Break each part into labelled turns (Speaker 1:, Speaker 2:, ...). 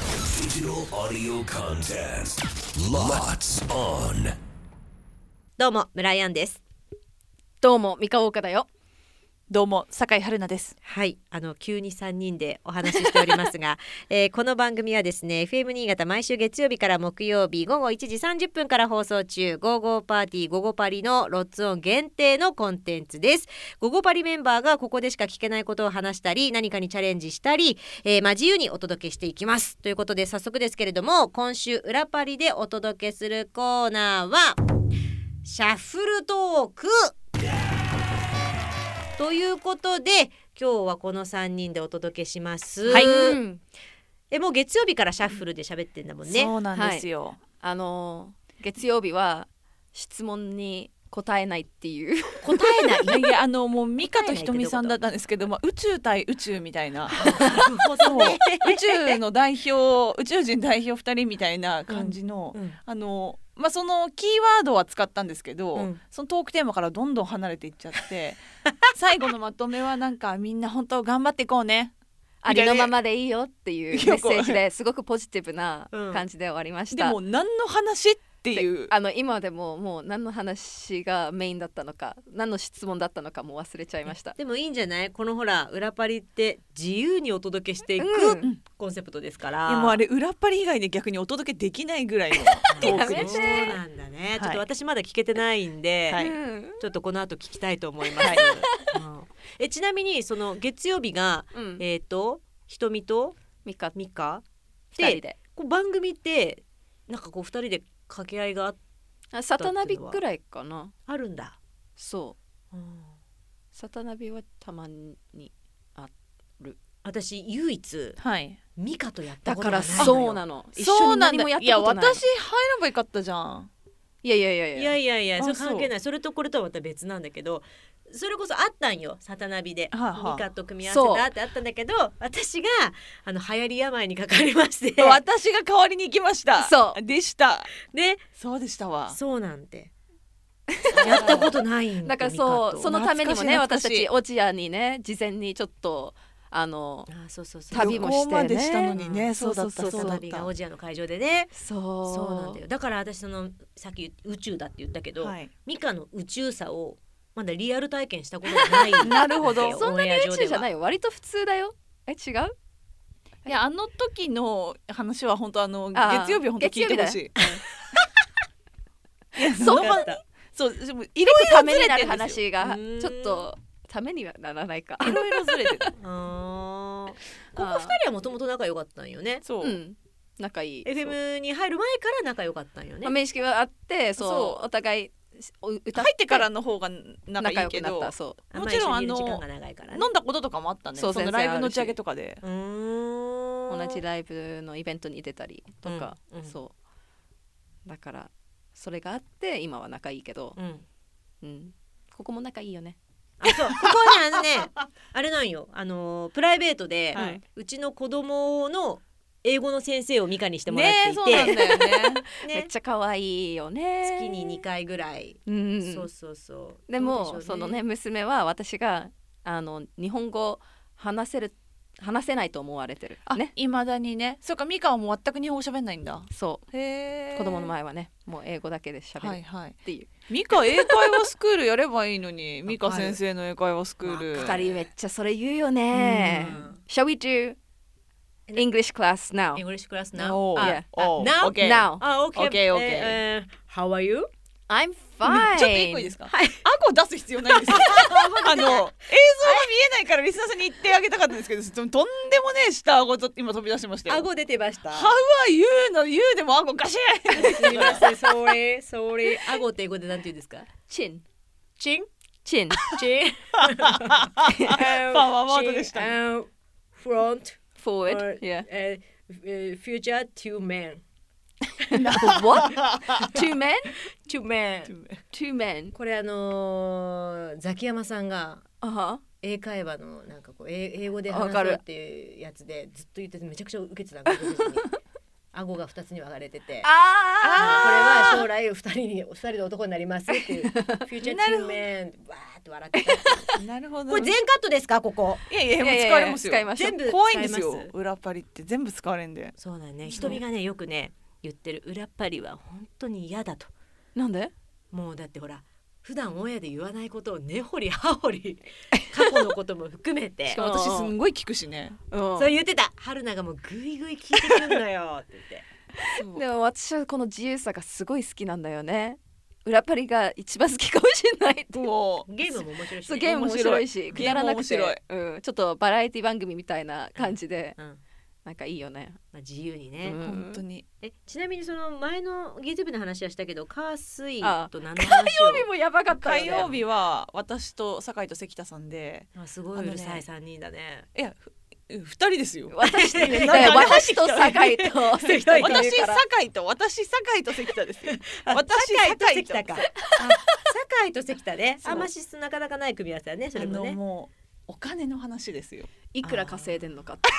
Speaker 1: Digital audio contest. Lots on.
Speaker 2: どうもムライアンです
Speaker 3: どうも三河岡だよどうも酒井春奈です
Speaker 2: はいあの急に3人でお話ししております が、えーこの番組はですね FM 新潟毎週月曜日から木曜日午後1時30分から放送中「午後パーティー午後パリ」のロッツオン限定のコンテンツです。午後パリメンバーがここでしか聞けないことを話したり何かにチャレンジしたり、えーまあ、自由にお届けしていきます。ということで早速ですけれども今週「裏パリ」でお届けするコーナーは「シャッフルトーク」ということで今日はこの3人でお届けします。
Speaker 3: うん
Speaker 2: えもう月曜日からシャッフルで喋ってんだもんね。
Speaker 4: そうなんですよ、
Speaker 3: あのー月曜日は質問に答えないっていう
Speaker 2: 答えない
Speaker 4: いやいやあのもう美香とひとみさんだったんですけど、まあ、宇宙対宇宙みた いなそう宇宙の代表宇宙人代表2人みたいな感じの、
Speaker 2: うん
Speaker 4: あのまあそのキーワードは使ったんですけど、
Speaker 2: うん
Speaker 4: そのトークテーマからどんどん離れていっちゃって 最後のまとめはなんかみんな本当頑張っていこうね
Speaker 3: ありのままでいいよっていうメッセージですごくポジティブな
Speaker 2: うん
Speaker 3: 感じで終わりまし
Speaker 4: で
Speaker 3: た、
Speaker 4: も何の話っていう
Speaker 3: あの今でももう何の話がメインだったのか何の質問だったのかも忘れちゃいました
Speaker 2: でもいいんじゃないこのほら裏パリって自由にお届けしていく
Speaker 3: うん
Speaker 2: コンセプトですから。
Speaker 4: いやもうあれ裏っ張り以外で逆にお届けできないぐらいのト ークでし
Speaker 2: そう
Speaker 4: た。
Speaker 2: なんだね、ちょっと私まだ聞けてないんで、
Speaker 4: はい
Speaker 3: うん
Speaker 2: ちょっとこの後聞きたいと思います。
Speaker 4: はい
Speaker 2: うんえちなみにその月曜日が、
Speaker 3: うん
Speaker 2: えっ、とひとみと
Speaker 3: ミカ
Speaker 2: みか
Speaker 3: 二人で
Speaker 2: こう番組ってなんかこう二人で掛け合いが
Speaker 3: あサタナビくらいかな
Speaker 2: あるんだ。
Speaker 3: そう
Speaker 2: うん
Speaker 3: サタナビはたまに
Speaker 2: 私唯一
Speaker 4: はい
Speaker 2: ミカとやった
Speaker 3: だ
Speaker 2: こと
Speaker 3: か
Speaker 2: が
Speaker 3: ら
Speaker 2: ないのよ
Speaker 3: そうなの一緒に何もやったことない
Speaker 4: いや私入ればよかったじゃん
Speaker 3: いやいやいやいや
Speaker 2: いやいやいや
Speaker 4: あ
Speaker 2: それ関係ないそれとこれとはまた別なんだけどそれこそあったんよサタナビで、
Speaker 4: はいはい
Speaker 2: ミカと組み合わせたってあったんだけど私があの流行り病にかかりまして
Speaker 4: 私が代わりに行きました
Speaker 3: そう
Speaker 4: でした
Speaker 2: ね
Speaker 4: そうでしたわ
Speaker 2: そうなんてやったことないん
Speaker 3: だからそうそ
Speaker 2: の
Speaker 3: のためにもね
Speaker 4: 懐か
Speaker 3: 私
Speaker 4: しい
Speaker 3: たち落合にね事前にちょっとあの
Speaker 2: あそうそうそう
Speaker 3: 旅もしてね
Speaker 4: 旅行までしたのにね、
Speaker 2: うん
Speaker 4: そうだった
Speaker 3: そうそうそう
Speaker 4: そうだっ
Speaker 2: 旅がオ
Speaker 4: た
Speaker 2: ジアの会場でね
Speaker 3: そう
Speaker 2: そうなんだよだから私そのさっき宇宙だって言ったけど、
Speaker 4: はい
Speaker 2: ミカの宇宙さをまだリアル体験したことがない
Speaker 4: なるほど
Speaker 2: わけよ
Speaker 3: そんなに
Speaker 2: オンエア上
Speaker 3: 宇
Speaker 2: では
Speaker 3: 宙じゃないよ割と普通だよえ違う
Speaker 4: いやあの時の話は本当あの
Speaker 3: あー
Speaker 4: 月曜日本当聞いてほしいいや
Speaker 3: そう
Speaker 4: なんかそうでもいろいろ
Speaker 3: た
Speaker 4: ず
Speaker 3: めに
Speaker 4: れ
Speaker 3: な
Speaker 4: て
Speaker 3: る
Speaker 4: るんです
Speaker 3: 話
Speaker 4: よ
Speaker 3: が
Speaker 2: うん
Speaker 3: ちょっとためにはならないか
Speaker 4: いろいろずれ てた
Speaker 2: あーここ
Speaker 3: あー
Speaker 2: 二人はもともと仲良かったんよね。
Speaker 4: そう、
Speaker 3: うん仲いい
Speaker 2: FM に入る前から仲良かったんよ
Speaker 3: ま
Speaker 2: ね
Speaker 3: あ。面識はあって
Speaker 4: そ
Speaker 3: そう
Speaker 4: う
Speaker 3: お互いお歌
Speaker 4: 入ってからの方が
Speaker 3: 仲
Speaker 4: 仲いい
Speaker 3: 良
Speaker 4: け
Speaker 3: くなっ
Speaker 4: ど
Speaker 3: たそう
Speaker 2: あ
Speaker 4: もちろん
Speaker 2: ま一緒にいる
Speaker 4: あの
Speaker 2: 時間が長いからね
Speaker 4: 飲。んだこととかもあったね
Speaker 3: そ
Speaker 4: そう
Speaker 3: 先生
Speaker 4: のライブ
Speaker 3: ある
Speaker 4: の打
Speaker 3: し
Speaker 4: ち上げとかで
Speaker 2: うーん
Speaker 3: 同じライブのイベントに出たりとか、
Speaker 2: うんうん
Speaker 3: そうだからそれがあって今は仲いいけど、
Speaker 2: うん。
Speaker 3: うん、ここも仲いいよね
Speaker 2: あそうここはねあのね あれなんよあのプライベートで、
Speaker 4: はいう
Speaker 2: ちの子供の英語の先生をミカにしてもらっ
Speaker 4: ね
Speaker 2: てい
Speaker 4: そう
Speaker 2: て
Speaker 4: な、んだよね
Speaker 2: ね
Speaker 3: めっちゃ可愛いよね
Speaker 2: 月に2回ぐらい、
Speaker 3: うんうんうん
Speaker 2: そうそうそうど
Speaker 3: で
Speaker 2: う
Speaker 3: も
Speaker 2: しょ
Speaker 3: そうのね娘は私があの日本語話せる話せないと思われてる
Speaker 4: あ
Speaker 3: ね
Speaker 4: いまだにねそうかミカはもう全く日本語喋んないんだ
Speaker 3: そう
Speaker 4: へー
Speaker 3: 子供の前はねもう英語だけで喋
Speaker 4: は
Speaker 3: る
Speaker 4: い
Speaker 3: っ
Speaker 4: はい
Speaker 3: ていう、
Speaker 4: ミカ英会話スクールやればいいのにミカ先生の英会話スクール
Speaker 3: 二人めっちゃそれ言うよね
Speaker 2: うん
Speaker 3: Shall we do English class now?
Speaker 2: 英語クラスな
Speaker 4: お
Speaker 3: あ
Speaker 4: ーおー
Speaker 2: now
Speaker 4: OK
Speaker 3: now
Speaker 2: あ OK
Speaker 4: OK OK
Speaker 2: えー How are you?
Speaker 3: I'm
Speaker 4: うん
Speaker 3: fine
Speaker 4: ちょっと一個いいですか
Speaker 2: はい
Speaker 4: 顎出す必要ないです あの映像が見えないからリスナーさんに言ってあげたかったんですけどとんでもねえ下顎と今飛び出しましたよ
Speaker 2: 顎出てました。
Speaker 4: How are you の you でも顎ガシ
Speaker 2: すみ ません、それ、それ、顎って英語でなんて言うんですか。
Speaker 3: チン
Speaker 2: チン、
Speaker 3: チン
Speaker 2: チン。
Speaker 4: パワーワードでしたね
Speaker 2: ね。フロント、
Speaker 3: forward yeah
Speaker 2: え、え、フューチャー、two men。
Speaker 3: what two men
Speaker 2: two men。
Speaker 4: ーン
Speaker 3: two men
Speaker 2: これ、あのー、ザキヤマさんが。
Speaker 3: あは
Speaker 2: 英会話のなんかこう英英語で
Speaker 3: わ
Speaker 2: 話
Speaker 3: か
Speaker 2: そ
Speaker 3: る
Speaker 2: うっていうやつでずっと言っててめちゃくちゃ受けてたんですよ顎が二つに分かれてて
Speaker 3: あ
Speaker 2: あのこれは将来二人に二人の男になりますっていうフューチャーチューメンわーっって笑ってた。
Speaker 4: なるほど
Speaker 2: これ全カットですかここ。
Speaker 4: いやいや
Speaker 3: い
Speaker 4: もう
Speaker 3: やいや
Speaker 4: 使われますよ
Speaker 3: 使いましょう
Speaker 2: 全部
Speaker 4: 怖いんです
Speaker 2: 使
Speaker 4: よ
Speaker 2: います
Speaker 4: 裏パリって全部使われんで
Speaker 2: そうだね。瞳がねよくね言ってる裏っ張りは本当に嫌だと。
Speaker 3: なんで
Speaker 2: もうだってほら普段オンエアで言わないことを根掘り葉掘り過去のことも含めて
Speaker 4: しかも私すんごい聞くしね
Speaker 3: うん
Speaker 2: そう言ってた春菜がもうぐいぐい聞いてくるのよって言って。
Speaker 3: でも私はこの自由さがすごい好きなんだよね裏パリが一番好きかもしれ ないって
Speaker 4: もう
Speaker 2: ゲームも面白いし、ね。
Speaker 3: そうゲーム面白いし
Speaker 4: 面白い
Speaker 3: くだらなく
Speaker 4: ゲーム面
Speaker 3: て、うん、ちょっとバラエティ番組みたいな感じで
Speaker 2: うん。
Speaker 3: なんかいいよね、
Speaker 2: まあ自由にね。
Speaker 3: うん
Speaker 4: 本当に
Speaker 2: えちなみにその前の月曜日の話はしたけど火水
Speaker 3: あ
Speaker 2: と何の話を
Speaker 3: 火曜日もやばかったよ
Speaker 4: 火
Speaker 3: ね
Speaker 4: 曜日は私と酒井と関田さんで
Speaker 2: あすごいうるさい三人だ ね。
Speaker 4: いやふうん二人ですよ
Speaker 3: 私
Speaker 2: なんか
Speaker 3: だよ私と酒井と 関田君い
Speaker 4: 私
Speaker 3: るから
Speaker 4: 酒井と私酒井と関田ですよ
Speaker 2: あ
Speaker 4: 私
Speaker 2: 酒井と
Speaker 4: 酒
Speaker 2: 関
Speaker 4: 井と
Speaker 2: 田か。あ酒井と関田ね。
Speaker 4: そう
Speaker 2: あんましなかなかない組み合わせだね。そ
Speaker 4: あ
Speaker 2: れも
Speaker 4: の
Speaker 2: ね。
Speaker 4: もうお金の話ですよ
Speaker 3: いくら稼いでんのかって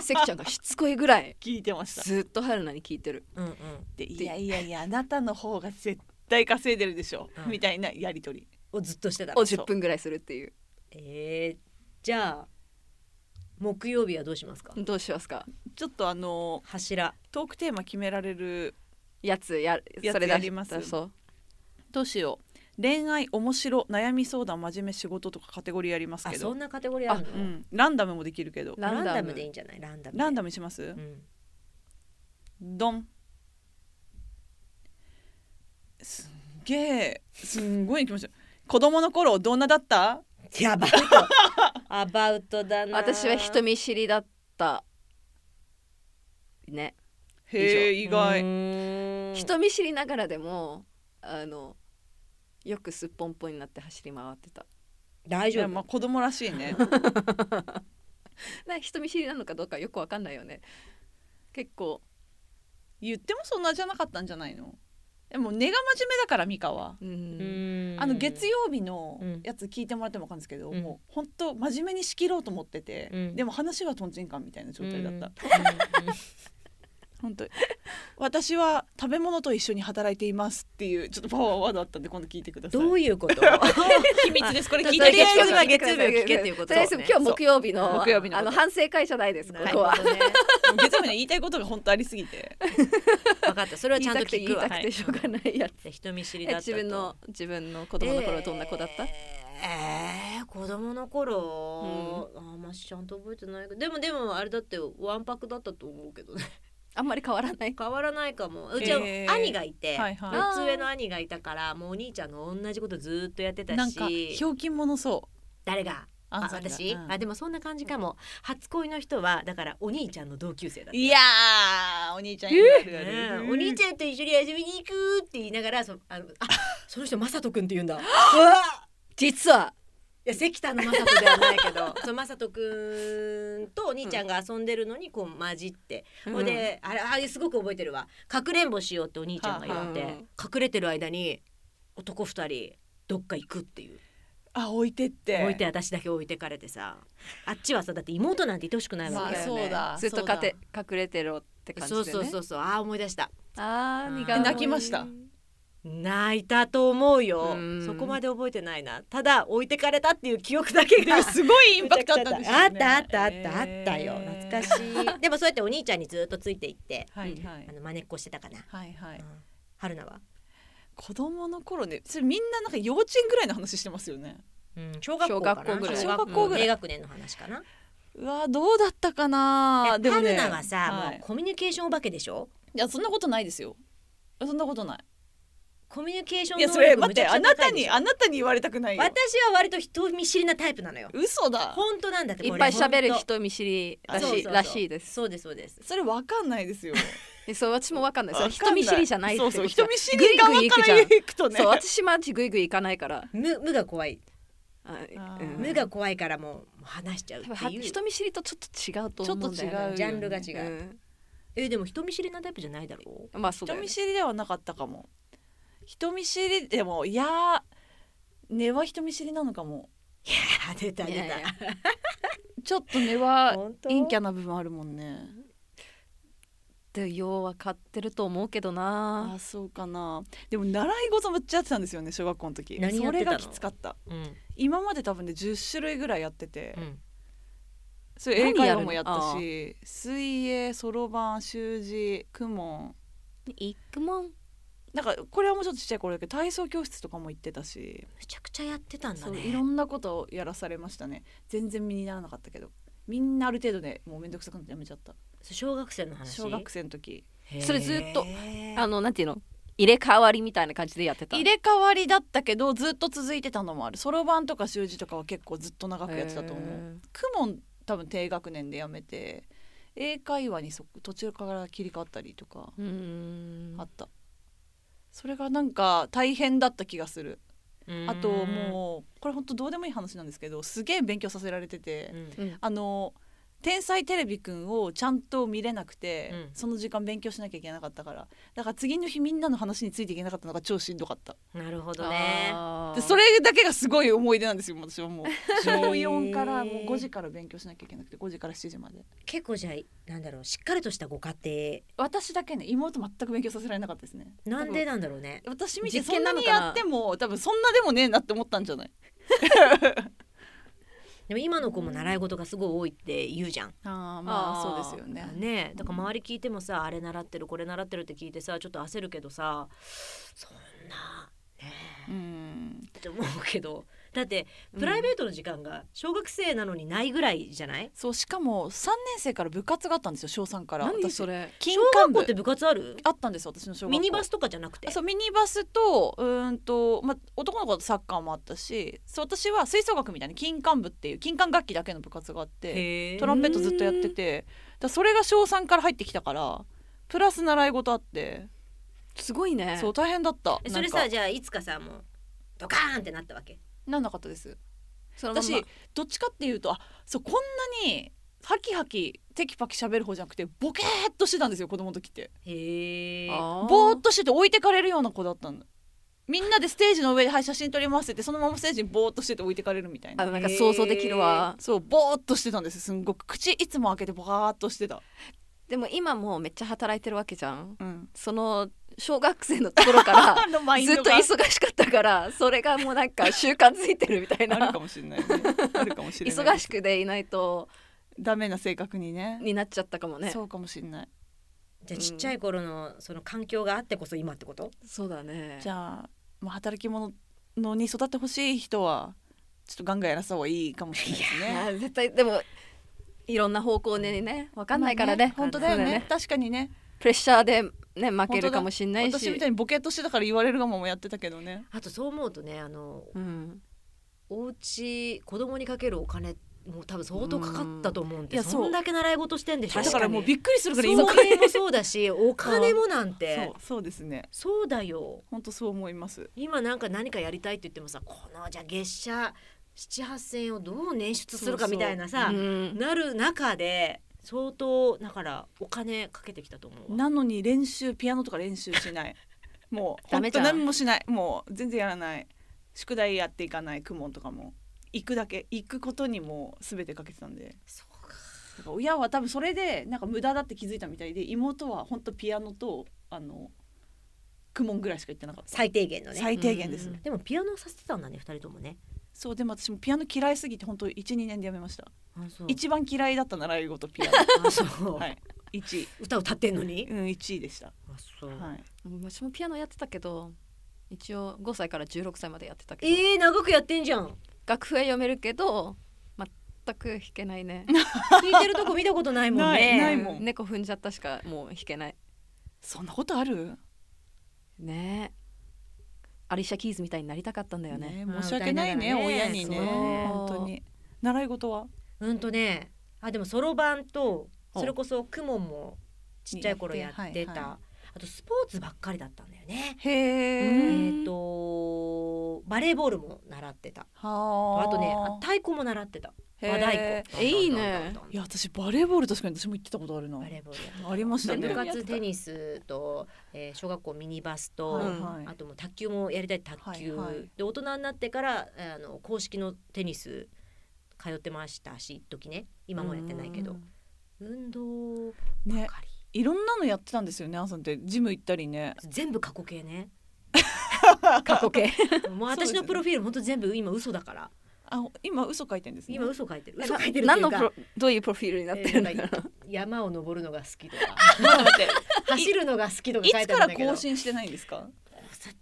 Speaker 3: 関ちゃんがしつこいぐら い
Speaker 4: 聞いてました
Speaker 3: ずっと春菜に聞いてる
Speaker 2: うんうん。
Speaker 4: でいやいやいやあなたの方が絶対稼いでるでしょ、
Speaker 2: うん
Speaker 4: みたいなやり取り
Speaker 2: をずっとしてた
Speaker 3: を
Speaker 2: の。
Speaker 3: 10分ぐらいするっていう
Speaker 2: えー、じゃあ木曜日はどうしますか。
Speaker 3: どうしますか
Speaker 4: ちょっとあの
Speaker 2: 柱。
Speaker 4: トークテーマ決められる
Speaker 3: やつや
Speaker 4: やつ
Speaker 3: それ
Speaker 4: や
Speaker 3: だ
Speaker 4: ります
Speaker 3: そう
Speaker 4: どうしよう恋愛面白悩み相談真面目仕事とかカテゴリーやります
Speaker 2: あ
Speaker 4: け
Speaker 2: そ
Speaker 4: ど
Speaker 2: んなカテゴリーあるの。
Speaker 4: うん、ランダムもできるけど
Speaker 3: ラ
Speaker 2: ランダ
Speaker 3: ランダ
Speaker 2: ム
Speaker 3: ム
Speaker 2: でいいんじゃない。ランダム。
Speaker 4: ランダ
Speaker 2: ム。
Speaker 4: ムします
Speaker 2: うん。
Speaker 4: ドンすんげえすんごい行きました子供の頃どんなだった
Speaker 2: いや ば。アバウトだな。
Speaker 3: 私は人見知りだったね
Speaker 4: へえ意外
Speaker 2: 外
Speaker 3: 人見知りながらでもあのよくすっぽんぽんになって走り回ってた
Speaker 2: 大
Speaker 4: い
Speaker 2: 丈
Speaker 4: や
Speaker 2: 夫。
Speaker 4: まあ子供らしいね
Speaker 3: なんか人見知りなのかどうかよくわかんないよね結構
Speaker 4: 言ってもそんなじゃなかったんじゃないのでも根が真面目だから美香は
Speaker 3: うん、
Speaker 4: あの月
Speaker 2: 曜
Speaker 4: 曜日の
Speaker 2: うん
Speaker 4: やつ聞いてもらっても分かるんですけど、
Speaker 2: うん
Speaker 4: もう本当真面目に仕切ろうと思ってて、
Speaker 2: うん
Speaker 4: でも話はとんちんかんみたいな状態だっ た、
Speaker 2: た。
Speaker 4: 本当に私は食べ物と一緒に働いていますっていうちょっとパワーワードあったんで今度聞いてください
Speaker 2: どういうこと
Speaker 4: 秘密ですこれ聞い
Speaker 2: と
Speaker 4: て
Speaker 2: りあえず
Speaker 4: る
Speaker 2: は月曜日を聞けっていうこと
Speaker 3: とりあえず今日木曜日
Speaker 4: そう
Speaker 3: の
Speaker 4: 木曜日の
Speaker 3: あ
Speaker 4: こ
Speaker 3: の
Speaker 4: と
Speaker 3: 反省会じゃないですこ
Speaker 2: なる
Speaker 3: こは
Speaker 2: ほどね
Speaker 4: 月曜日の言いたいことが本当ありすぎて
Speaker 2: 分かった。それはちゃんと
Speaker 3: 言
Speaker 2: 聞
Speaker 3: い
Speaker 2: くわ
Speaker 3: たくて言いたく。てしょうがないやつ
Speaker 2: はい人見知りだ
Speaker 3: え
Speaker 2: ったと。
Speaker 3: 自分の自分の子供の頃どんな子だった、
Speaker 2: えー子供の頃、あんましちゃんと覚えてないけどでもでもあれだってわんぱくだったと思うけどね
Speaker 3: あんまり変わらない
Speaker 2: 変わらないかもうちは
Speaker 4: えー
Speaker 2: 兄がいて、
Speaker 4: はいはい
Speaker 2: 4つ上の兄がいたからもうお兄ちゃんの同じことずっとやってた
Speaker 4: なんか
Speaker 2: し
Speaker 4: ひょうきん者そう
Speaker 2: 誰があ
Speaker 4: 安西が
Speaker 2: 私、
Speaker 4: うん
Speaker 2: あでもそんな感じかも初恋の人はだからお兄ちゃんの同級生だった
Speaker 4: いやーお兄ちゃんいるあるあ
Speaker 2: ね
Speaker 4: る
Speaker 2: えお兄ちゃんと一緒に遊びに行くって言いながらそあのあその人雅人君って言う んだうわ
Speaker 3: 実はい
Speaker 2: や関田の雅人ではないけ どそう雅人君とお兄ちゃんが遊んでるのにこう混じって、ほいであれあれすごく覚えてるわかくれんぼしようってお兄ちゃんが言って、
Speaker 3: はあは
Speaker 2: 隠れてる間に男二人どっか行くっていう
Speaker 4: あ置いてって
Speaker 2: 置いて私だけ置いてかれてさあっちはさだって妹なんていてほしくないわ
Speaker 4: まあ
Speaker 2: け、
Speaker 4: そうだ
Speaker 3: ずっと
Speaker 4: そうだ
Speaker 3: かて隠れてろって感じで
Speaker 2: そ
Speaker 3: ね
Speaker 2: うそうそうそうああ思い出した
Speaker 3: あー苦
Speaker 2: え
Speaker 3: い
Speaker 4: 泣きました
Speaker 2: 泣いたと思うよ
Speaker 3: うん
Speaker 2: そこまで覚えてないなただ置いてかれたっていう記憶だけが
Speaker 4: すごいインパクトあったんですよ、ね、
Speaker 2: あったあったあったあったよ
Speaker 4: えー
Speaker 2: 懐かしい でもそうやってお兄ちゃんにずっとついていって
Speaker 4: はいはい
Speaker 2: あの真似っこしてたかな、
Speaker 4: はいはい
Speaker 2: うん春菜は、
Speaker 4: 子供の頃ねそれみんななんか幼稚園ぐらいの話してますよね
Speaker 2: 小学校かな
Speaker 3: 小学校ぐらい
Speaker 2: 小学
Speaker 4: 小学
Speaker 2: 校
Speaker 4: 校
Speaker 2: ぐ
Speaker 4: ぐ
Speaker 2: らい
Speaker 4: らい
Speaker 2: 低学年の話かな
Speaker 4: うわどうだったかな
Speaker 2: で
Speaker 4: でもね
Speaker 2: 春菜はさ、
Speaker 4: はい
Speaker 2: もうコミュニケーションお化けでしょ
Speaker 4: いやそんなことないですよそんなことない
Speaker 2: コミュニケーション能
Speaker 4: いやそ
Speaker 2: 力
Speaker 4: れ待
Speaker 2: むち
Speaker 4: っ
Speaker 2: ゃ
Speaker 4: て
Speaker 2: くち
Speaker 4: あ
Speaker 2: ゃ
Speaker 4: な
Speaker 2: 高
Speaker 4: た
Speaker 2: いでし
Speaker 4: に
Speaker 2: ょ
Speaker 4: あなたに言われたくない
Speaker 2: 私
Speaker 4: よ
Speaker 2: は割と人見知りなタイプなのよ
Speaker 4: 嘘だ
Speaker 2: 本当なんだけど
Speaker 3: いっぱい喋れる
Speaker 2: こ
Speaker 3: 人見知り
Speaker 2: れ
Speaker 3: ら
Speaker 2: 本当そうそ
Speaker 3: しい
Speaker 2: うそう
Speaker 3: らしいです
Speaker 2: そうですそうです
Speaker 4: それわかんない ですよ
Speaker 3: えそう私もわかんないそう
Speaker 4: わかん
Speaker 3: 人
Speaker 4: ない
Speaker 3: 見知りじゃないって
Speaker 4: そ
Speaker 3: こ
Speaker 4: う
Speaker 3: と
Speaker 4: そう
Speaker 3: だ
Speaker 4: 人見知り側から行くとね
Speaker 3: そう私マジグイグイ行かないから
Speaker 2: 無無が怖い
Speaker 3: あ
Speaker 4: あ
Speaker 3: うん
Speaker 4: ー
Speaker 2: 無が怖いからもうもう話しちゃうって
Speaker 3: 多分は
Speaker 2: いう
Speaker 3: 人見知りとちょっと違うと思うんだよ
Speaker 4: ちょっと違うよ
Speaker 3: ね
Speaker 4: ね
Speaker 2: ジャンルが違う、
Speaker 3: うん
Speaker 2: えでも人見知りなタイプじゃないだ ろ
Speaker 3: まあそうだよ
Speaker 4: 人
Speaker 3: ね
Speaker 4: 見知りではなかったかも人見知りでもいやー根は人見知りなのかも
Speaker 2: いやー出た出
Speaker 3: いやいや
Speaker 2: た
Speaker 4: ちょっと根は
Speaker 2: 本当
Speaker 4: 陰キャな部分あるもんね
Speaker 3: ってようは買ってると思うけどな
Speaker 4: あそうかなでも習い事むっちゃやってたんですよね小学校の時
Speaker 2: 何やってたの
Speaker 4: それがきつかった
Speaker 2: うん
Speaker 4: 今まで多分ね10種類ぐらいやってて、
Speaker 2: うん
Speaker 4: それ英
Speaker 3: 何
Speaker 4: 会
Speaker 3: やる
Speaker 4: 話
Speaker 3: の
Speaker 4: もやったし水泳そろばん習字公文
Speaker 3: いくもん
Speaker 4: なんかこれはもうちょっとちっちゃい頃だけど体操教室とかも行ってたし、
Speaker 2: むちゃくちゃやってたんだ
Speaker 4: そう
Speaker 2: ね
Speaker 4: いろんなことをやらされましたね全然身にならなかったけどみんなある程度でもうめんどくさくなってやめちゃった
Speaker 2: そう小学生の話
Speaker 4: 小学生の時
Speaker 2: へー
Speaker 3: それずっとあのなんていうの入れ替わりみたいな感じでやってた
Speaker 4: 入れ替わりだったけどずっと続いてたのもあるそろばんとか習字とかは結構ずっと長くやってたと思う、
Speaker 3: へ
Speaker 4: 公文多分低学年でやめて英会話にそ途中から切り替わったりとか
Speaker 3: ーうん
Speaker 4: あった、それがなんか大変だった気がするあともうこれ本当どうでもいい話なんですけどすげえ勉強させられてて、
Speaker 2: うん、
Speaker 3: うん
Speaker 4: あの「天才テレビくん」をちゃんと見れなくて、
Speaker 2: うん
Speaker 4: その時間勉強しなきゃいけなかったからだから次の日みんなの話についていけなかったのが超しんどかった
Speaker 2: なるほどね
Speaker 3: あー
Speaker 4: でそれだけがすごい思い出なんですよ私はもう小4からもう5時から勉強しなきゃいけなくて5時から7時まで
Speaker 2: 結構じゃあなんだろうしっかりとしたご家
Speaker 4: 私だけね妹全く勉強させられなかったですね
Speaker 2: 庭なんでなんだろうね
Speaker 4: 多分私見て
Speaker 3: 実
Speaker 4: そん
Speaker 3: 験な
Speaker 4: な
Speaker 3: の
Speaker 4: に
Speaker 3: かな
Speaker 4: やっても多分そんなでもねえなって思ったんじゃない
Speaker 2: でも今の子も習い事がすごい多いって言うじゃん、
Speaker 4: ああ
Speaker 3: まあそうです
Speaker 4: よ
Speaker 2: ねえだから周り聞いてもさあれ習ってるこれ習ってるって聞いてさちょっと焦るけどさそんなねえ
Speaker 4: うん
Speaker 2: って思うけどだってプライベートの時間が小学生なのにないぐらいじゃない、
Speaker 4: そうしかも3年生から部活があったんですよ小3から
Speaker 3: 何
Speaker 4: 私
Speaker 3: それ
Speaker 4: 金
Speaker 2: 小学
Speaker 4: 管
Speaker 2: 校
Speaker 4: 部
Speaker 2: って部活ある
Speaker 4: あったんですよ私の小学
Speaker 2: ミ
Speaker 4: 校
Speaker 2: ニバスとかじゃなくて
Speaker 4: あそうミニバスとうーんと、まあ、男の子だとサッカーもあったしそう私は吹奏楽みたいな金管部っていう金管楽器だけの部活があって
Speaker 2: へえ
Speaker 4: トランペットずっとやっててだそれが小3から入ってきたからプラス習い事あって
Speaker 3: すごいね
Speaker 4: そう大変だった
Speaker 2: えそれ
Speaker 4: な
Speaker 2: さ
Speaker 4: んか
Speaker 2: じゃあいつかさもうドカーンってなったわけ
Speaker 4: なんなかったです
Speaker 3: そのまん
Speaker 4: 私
Speaker 3: ま
Speaker 4: どっちかっていうとあそうこんなにハキハキテキパキ喋る方じゃなくてボケーっとしてたんですよ子供の時って
Speaker 2: へえ
Speaker 3: あー
Speaker 4: ぼーっとしてて置いてかれるような子だったんだみんなでステージの上で「はい写真撮ります」って言ってそのままステージにぼーっとしてて置いてかれるみたい
Speaker 3: あ
Speaker 4: な
Speaker 3: なんか想像できるわ
Speaker 4: そうぼーっとしてたんですすんごく口いつも開けてぼーっとしてた、
Speaker 3: でも今もうめっちゃ働いてるわけじゃん
Speaker 4: うん、
Speaker 3: その小学生のところ か
Speaker 4: のマ
Speaker 3: らず っと
Speaker 4: が
Speaker 3: 忙しかったからそれがもうなんか習慣ついてるみたい
Speaker 4: ある
Speaker 3: な
Speaker 4: かもしれない、ね、あるかもしれない
Speaker 3: 忙しくでいないと
Speaker 4: ダメな性格にね
Speaker 3: になっちゃったかもね
Speaker 4: そうかもしれない
Speaker 2: じゃあちっちゃい頃のその環境があってこそ今ってこと
Speaker 3: そうだね
Speaker 4: じゃあ、まあ、働き者のに育ってほしい人はちょっとガンガンやらした方がいいかもしれないですね
Speaker 3: あー絶対でもいろんな方向にね分かんないからね,、
Speaker 4: まあ本当だよ
Speaker 3: そう
Speaker 4: ね確かにね
Speaker 3: プレッシャーでね負けるかもしれない
Speaker 4: 私
Speaker 3: し
Speaker 4: みたいにボケっとしてたから言われるがままやってたけどね
Speaker 2: あとそう思うとねあの
Speaker 3: うん、
Speaker 2: お家子供にかけるお金もう多分相当かかったと思うん
Speaker 4: うんい
Speaker 2: で
Speaker 4: や
Speaker 2: そんだけ習い事してんでしょ
Speaker 4: だからもう
Speaker 2: そ
Speaker 4: びっくりする
Speaker 2: う
Speaker 4: から
Speaker 2: そう
Speaker 4: 妹
Speaker 2: 家もそうだ しお金もなん
Speaker 4: そう
Speaker 2: て
Speaker 4: そうですね
Speaker 2: そうだよ
Speaker 4: 本当そう思います
Speaker 2: 今なんか何かやりたいって言ってもさこのじゃあ月謝7,8,000円をどう捻出するかみたいなさ
Speaker 3: うん
Speaker 2: なる中で相当だからお金かけてきたと思うわ
Speaker 4: なのに練習ピアノとか練習し ないもう
Speaker 3: ダ
Speaker 4: 本
Speaker 3: メじ
Speaker 4: 当
Speaker 3: ゃん
Speaker 4: 何もしないもう全然やらない宿題やっていかない公文とかも行くだけ行くことにもう全てかけてたんで
Speaker 2: そうか
Speaker 4: だから親は多分それでなんか無駄だって気づいたみたいで妹は本当ピアノとあの公文ぐらいしか行ってなかった
Speaker 2: 最低限のね
Speaker 4: 最低限です
Speaker 3: うん
Speaker 4: ね
Speaker 2: でもピアノさせてたんだね二人ともね
Speaker 4: そうでも私もピアノ嫌いすぎて本当12年でやめました
Speaker 2: あそう
Speaker 4: 一番嫌いだった習い事ピア
Speaker 2: あそう
Speaker 4: ノ はい1位
Speaker 2: 歌歌ってんのに
Speaker 4: うん1位でした、
Speaker 2: あそう
Speaker 4: はい、
Speaker 3: 私もピアノやってたけど一応5歳から16歳までやってたけど、
Speaker 2: えー、長くやってんじゃ ん
Speaker 3: 楽譜は読めるけど全く弾けないね
Speaker 2: 弾いてるとこ見たことないもんね
Speaker 4: ないもん
Speaker 3: うん猫踏んじゃったしかもう弾けない
Speaker 4: そんなことある
Speaker 3: ねえアリシャ・キーズみたいになりたかったんだよね
Speaker 4: ね申し訳ないね
Speaker 2: まあ歌いながら
Speaker 4: 親
Speaker 2: ね
Speaker 4: にね
Speaker 3: そう
Speaker 4: 本当に習い事は
Speaker 2: うんとねあでもそろばんとそれこそクモンもちっちゃい頃や
Speaker 4: や
Speaker 2: っ
Speaker 4: ってて
Speaker 2: た、
Speaker 4: はいは
Speaker 2: あとスポーツばっかりだったんだよね
Speaker 4: へ
Speaker 2: えっ、
Speaker 4: え
Speaker 3: うん
Speaker 2: とバレーボールも習ってた
Speaker 4: は
Speaker 2: あとねあ太鼓も習ってた
Speaker 4: へー
Speaker 2: 和太鼓
Speaker 3: えいいね
Speaker 2: ドンドンドンドン
Speaker 4: いや私バレーボール確かに私も行ってたことあるな
Speaker 2: バレーボールやって
Speaker 4: ありました
Speaker 2: た
Speaker 4: ね
Speaker 2: で部
Speaker 4: やって
Speaker 2: 活
Speaker 4: た
Speaker 2: テニスと、えー小学校ミニバスと、
Speaker 4: はい
Speaker 3: うん
Speaker 4: は
Speaker 2: あ
Speaker 4: い
Speaker 2: ともう卓球もやりたい卓球、
Speaker 4: はいはい
Speaker 2: で大人になってからあの公式のテニス通ってましたし一時ね今もやってないけど運動ば
Speaker 4: ね
Speaker 2: かり
Speaker 4: いろんなのやってたんですよねあさんってジム行ったりね
Speaker 2: 全部過去形 ね
Speaker 3: 過去形
Speaker 2: もう
Speaker 4: そうで
Speaker 2: 私
Speaker 4: すね
Speaker 2: のプロフィール本当全部今嘘だから
Speaker 4: あ今嘘書いてんですね
Speaker 2: 今嘘 書いてる嘘書いてるってい
Speaker 3: 何
Speaker 2: う
Speaker 3: の
Speaker 2: か
Speaker 3: プロどういうプロフィールになってるんだろう、
Speaker 2: 山を登るのが好きとか
Speaker 4: 待って
Speaker 2: 走るのが好きとか
Speaker 4: い
Speaker 2: 書い
Speaker 4: つ
Speaker 2: て
Speaker 4: か
Speaker 2: あるん
Speaker 4: ら
Speaker 2: だけど
Speaker 4: 更新してないんですか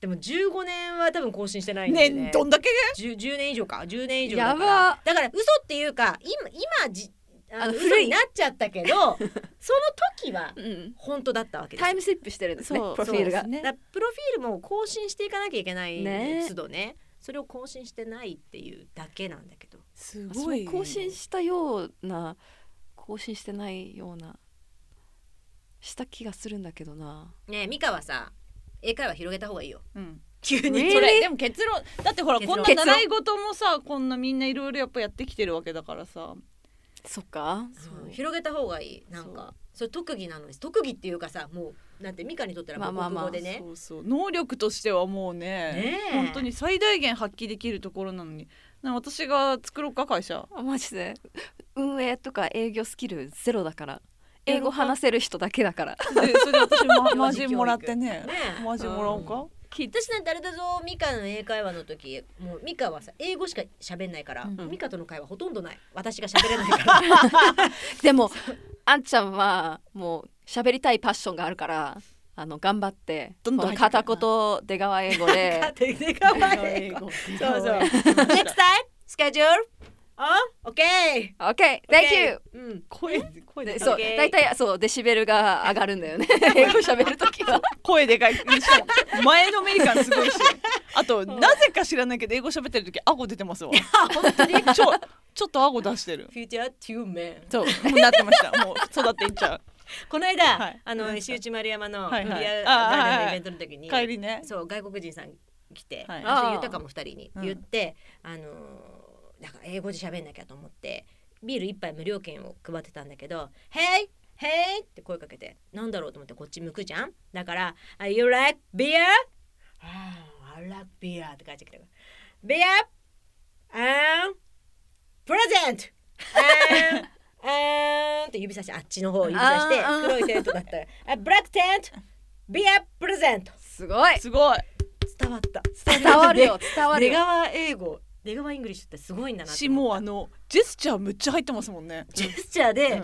Speaker 2: でも15年は多分更新してないんで、
Speaker 4: ね
Speaker 2: ね
Speaker 4: どんだけ
Speaker 2: 10, 10年以上か10年以上だ
Speaker 3: や
Speaker 2: から
Speaker 3: ば
Speaker 2: だから嘘っていうか今今じあの
Speaker 3: あの
Speaker 2: 嘘
Speaker 3: 古い
Speaker 2: になっちゃったけどそ の時は
Speaker 3: うん、
Speaker 2: 本当だったわけです
Speaker 3: タイムスリップしてるんですね
Speaker 4: そう
Speaker 3: プロフィールが
Speaker 4: そうですね
Speaker 2: だからプロフィールも更新していかなきゃいけない
Speaker 3: ね
Speaker 2: 都度ねそれを更新してないっていうだけなんだけど
Speaker 4: す
Speaker 3: そう更新したような更新してないようなした気がするんだけどな
Speaker 2: ねえ美香はさ英会話広げた方がいいよ
Speaker 4: うん
Speaker 2: 急に、
Speaker 3: Really？
Speaker 4: それでも結論だってほら
Speaker 2: 結論
Speaker 4: こんな習い事もさこんなみんないろいろやっぱやってきてるわけだからさ
Speaker 3: そっか
Speaker 2: うん広げた方がいいなんかそれ特技なのに特技っていうかさもうなんて美香にとったら
Speaker 3: まあまあ
Speaker 2: 母
Speaker 3: まあ
Speaker 2: 国語でね、
Speaker 4: そうそう能力としてはもうね
Speaker 2: ねえ
Speaker 4: 本当に最大限発揮できるところなのにな私が作ろうか会社
Speaker 3: あマジで運営とか営業スキルゼロだから英語話せる人だけだか ら
Speaker 4: でそれで私も
Speaker 2: 育
Speaker 4: マージンもらってね
Speaker 2: ねえ
Speaker 4: マージンもらおうか、
Speaker 2: 私なんてあれだぞミカの英会話の時もうミカはさ英語しか喋んないから、
Speaker 4: うん
Speaker 2: ミカとの会話ほとんどない私が喋れない から
Speaker 3: で もあんちゃんはもう喋りたいパッションがあるからあの頑張って
Speaker 4: どんどん
Speaker 3: この片言出川英語で
Speaker 2: 手でかわいいそうそう Next time schedule あ OK
Speaker 3: OK thank you、
Speaker 2: you、うん、
Speaker 4: 声声で
Speaker 3: でそう
Speaker 2: OK
Speaker 3: 大体そうデシベルが上がるんだ よね英語喋るときは
Speaker 4: 声でかいしかも前のめり感すご いしあとなぜか知らないけど英語喋ってる時顎出てますわ
Speaker 2: 本当に
Speaker 4: ちょちょっと顎出してる
Speaker 2: Future two men
Speaker 4: そうもうなってましたもう育っていっちゃ
Speaker 2: この間、
Speaker 4: はい
Speaker 2: あの
Speaker 4: 何ですか
Speaker 2: 石内丸山のフ
Speaker 4: はい
Speaker 2: リ
Speaker 4: はい
Speaker 2: ア
Speaker 4: あ
Speaker 2: ガ
Speaker 4: は
Speaker 2: ーデンのイベ
Speaker 4: いはい
Speaker 2: ントの時に、
Speaker 4: う帰りね
Speaker 2: そう外国人さん来て、
Speaker 4: はい
Speaker 2: 私言ったかも二人に
Speaker 4: うん
Speaker 2: 言って、あのーなんか英語で喋んなきゃと思ってビール一杯無料券を配ってたんだけど「Hey! Hey!」って声かけてなんだろうと思ってこっち向くじゃんだから「Are You like beer?」「ああ I like beer」って返ってきたから「Beer and present!」and and って指さしてあっちの方を指さして
Speaker 3: あーうん
Speaker 2: 黒いテントだったら「あブラックテントビアプレゼント
Speaker 3: すごい
Speaker 4: すごい
Speaker 2: 伝わった
Speaker 3: 伝わるよ 伝わる
Speaker 2: 出
Speaker 3: よ
Speaker 2: 川英語出川イングリッシュってすごいんだなって
Speaker 4: しもうあのジェスチャーむっちゃ入ってますもんね
Speaker 2: ジェスチャーで、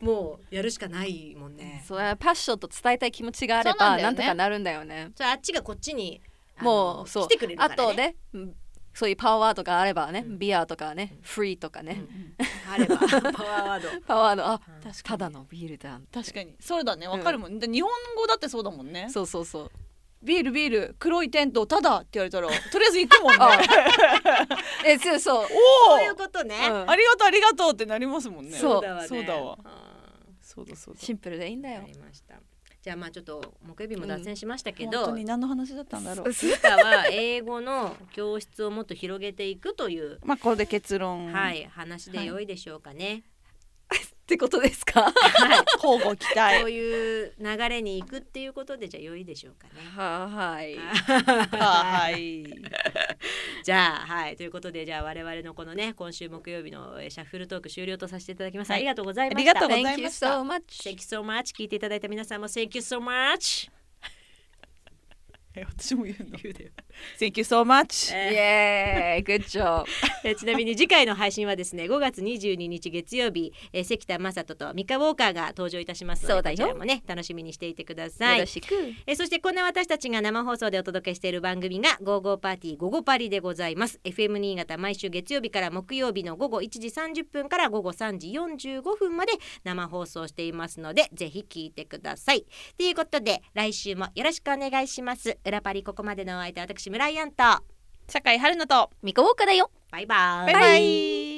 Speaker 2: もうやるしかないもんね
Speaker 3: そうパッションと伝えたい気持ちがあれ
Speaker 4: そうな
Speaker 3: ば
Speaker 4: ん
Speaker 3: な
Speaker 4: だよ
Speaker 3: ん
Speaker 4: ね
Speaker 3: とかなるんだよね
Speaker 2: じゃああっちがこっちにあの
Speaker 3: もうそう
Speaker 2: 来てくれるか
Speaker 3: あ
Speaker 2: らね
Speaker 3: とねうんそういうパワーワードがあればね、
Speaker 2: うん
Speaker 3: ビアとかね、フリーとかね、
Speaker 2: あればパワーワード
Speaker 3: パワーワードあ
Speaker 2: うん
Speaker 4: 確かに
Speaker 3: ただのビールだ
Speaker 4: 確かにそうだねわかるもん、で日本語だってそうだもんね
Speaker 3: そうそうそう
Speaker 4: ビールビール黒いテントただって言われ たらとりあえず行くもんね
Speaker 3: あえそうそう、
Speaker 4: おお
Speaker 2: そういうことね、
Speaker 3: うん
Speaker 4: ありがとうありがとうってなりますもんね
Speaker 3: そう
Speaker 2: だわね
Speaker 4: そうだわ
Speaker 2: ん
Speaker 4: そうだそうだ
Speaker 3: シンプルでいいんだ
Speaker 2: わ
Speaker 3: よ
Speaker 2: かりましたじゃあまあちょっと木曜日も脱線しましたけど、
Speaker 4: 本当に何の話だったんだろう
Speaker 2: ミカは英語の教室をもっと広げていくという、
Speaker 4: まあこれで結論
Speaker 2: はい話で良いでしょうかね。
Speaker 3: ってことですか
Speaker 4: はい交互期
Speaker 2: こ
Speaker 4: 待
Speaker 2: ういう流れに行くっていうことでじゃあ良いでしょうかね。
Speaker 3: ははい
Speaker 4: はい
Speaker 2: じゃあはいということでじゃあ我々のこのね今週木曜日のえーシャッフルトーク終了とさせていただきます。
Speaker 4: はい
Speaker 2: ありがとうございました。
Speaker 4: ありがとうございま
Speaker 3: Thank you
Speaker 4: した
Speaker 3: so much
Speaker 2: Thank you so much 聞いていただいた皆さんも Thank you so much
Speaker 4: え私も言うの Thank you so much
Speaker 3: イエーイ Good job
Speaker 2: えーちなみに次回の配信はですね5月22日月曜日、えー関田正人と三河ウォーカーが登場いたしますので
Speaker 3: そうだよ
Speaker 2: こちらもね楽しみにしていてくださ
Speaker 3: よ
Speaker 2: い
Speaker 3: ろ。しく
Speaker 2: えーそしてこんな私たちが生放送でお届けしている番組が「ゴーゴーパーティーゴゴパリ」でございます FM 新潟毎週月曜日から木曜日の午後1時30分から午後3時45分まで生放送していますのでぜひ聞いてくださいということで来週もよろしくお願いします裏パリここまでのお相手は私村井アンと
Speaker 4: 社会春菜と
Speaker 3: みこウォーカだよ
Speaker 2: バイバイ
Speaker 4: バイバイ